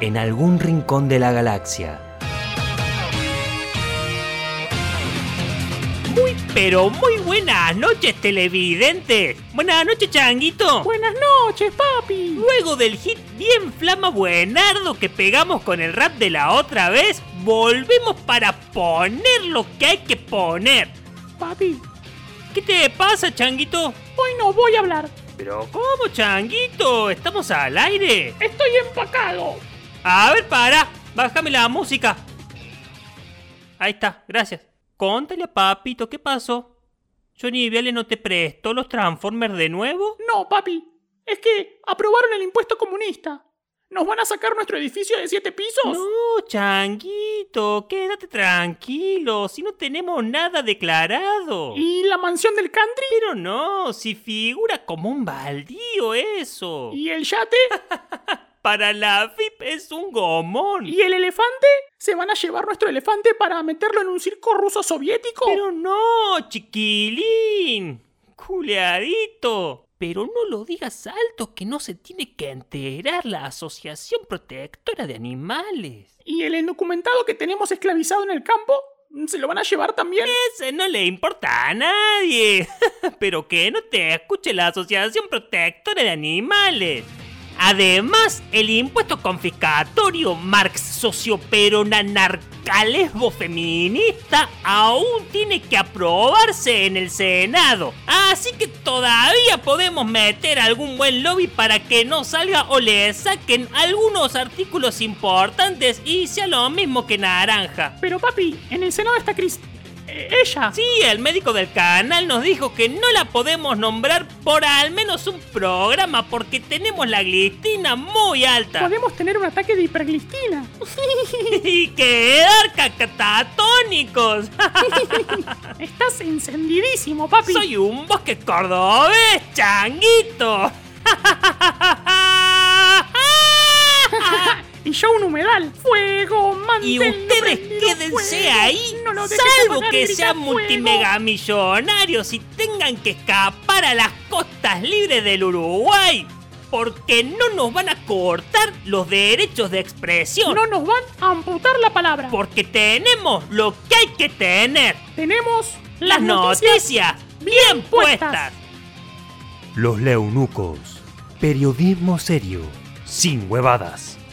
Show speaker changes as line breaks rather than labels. en algún rincón de la galaxia.
Muy, pero muy buenas noches, televidentes. Buenas noches, Changuito.
Buenas noches, papi.
Luego del hit bien flama buenardo que pegamos con el rap de la otra vez, volvemos para poner lo que hay que poner.
Papi,
¿Qué te pasa, Changuito?
hoy no voy a hablar.
Pero ¿cómo, Changuito? Estamos al aire.
Estoy empacado.
A ver, para. Bájame la música. Ahí está, gracias. Contale a Papito qué pasó. Johnny Viale no te prestó los Transformers de nuevo.
No, papi. Es que aprobaron el impuesto comunista. ¿Nos van a sacar nuestro edificio de siete pisos?
No, Changuito, quédate tranquilo, si no tenemos nada declarado.
¿Y la mansión del country?
Pero no, si figura como un baldío eso.
¿Y el yate?
Para la FIP es un gomón.
¿Y el elefante? ¿Se van a llevar nuestro elefante para meterlo en un circo ruso soviético?
Pero no, chiquilín. Culeadito. Pero no lo digas alto que no se tiene que enterar la Asociación Protectora de Animales.
¿Y el indocumentado que tenemos esclavizado en el campo? ¿Se lo van a llevar también?
Ese no le importa a nadie. Pero que no te escuche la Asociación Protectora de Animales. Además, el impuesto confiscatorio marx socioperonanarcalesbo feminista aún tiene que aprobarse en el Senado. Así que todavía podemos meter algún buen lobby para que no salga o le saquen algunos artículos importantes y sea lo mismo que naranja.
Pero papi, en el Senado está Cris... eh, ella.
Sí, el médico del canal nos dijo que no la podemos nombrar por al menos un programa porque tenemos la glistina muy alta.
Podemos tener un ataque de hiperglistina.
Y quedar cacatatónicos.
Estás encendidísimo, papi.
Soy un bosque cordobés, changuito.
y yo un humedal. Fuego, mantel.
Y ustedes quédense ahí, salvo que sean multimegamillonarios y tengan que escapar a las costas libres del Uruguay, porque no nos van a cortar los derechos de expresión,
No nos van a amputar la palabra.
porque tenemos lo que hay que tener,
Tenemos
las noticias bien puestas.
Los Leunucos. Periodismo serio, sin huevadas.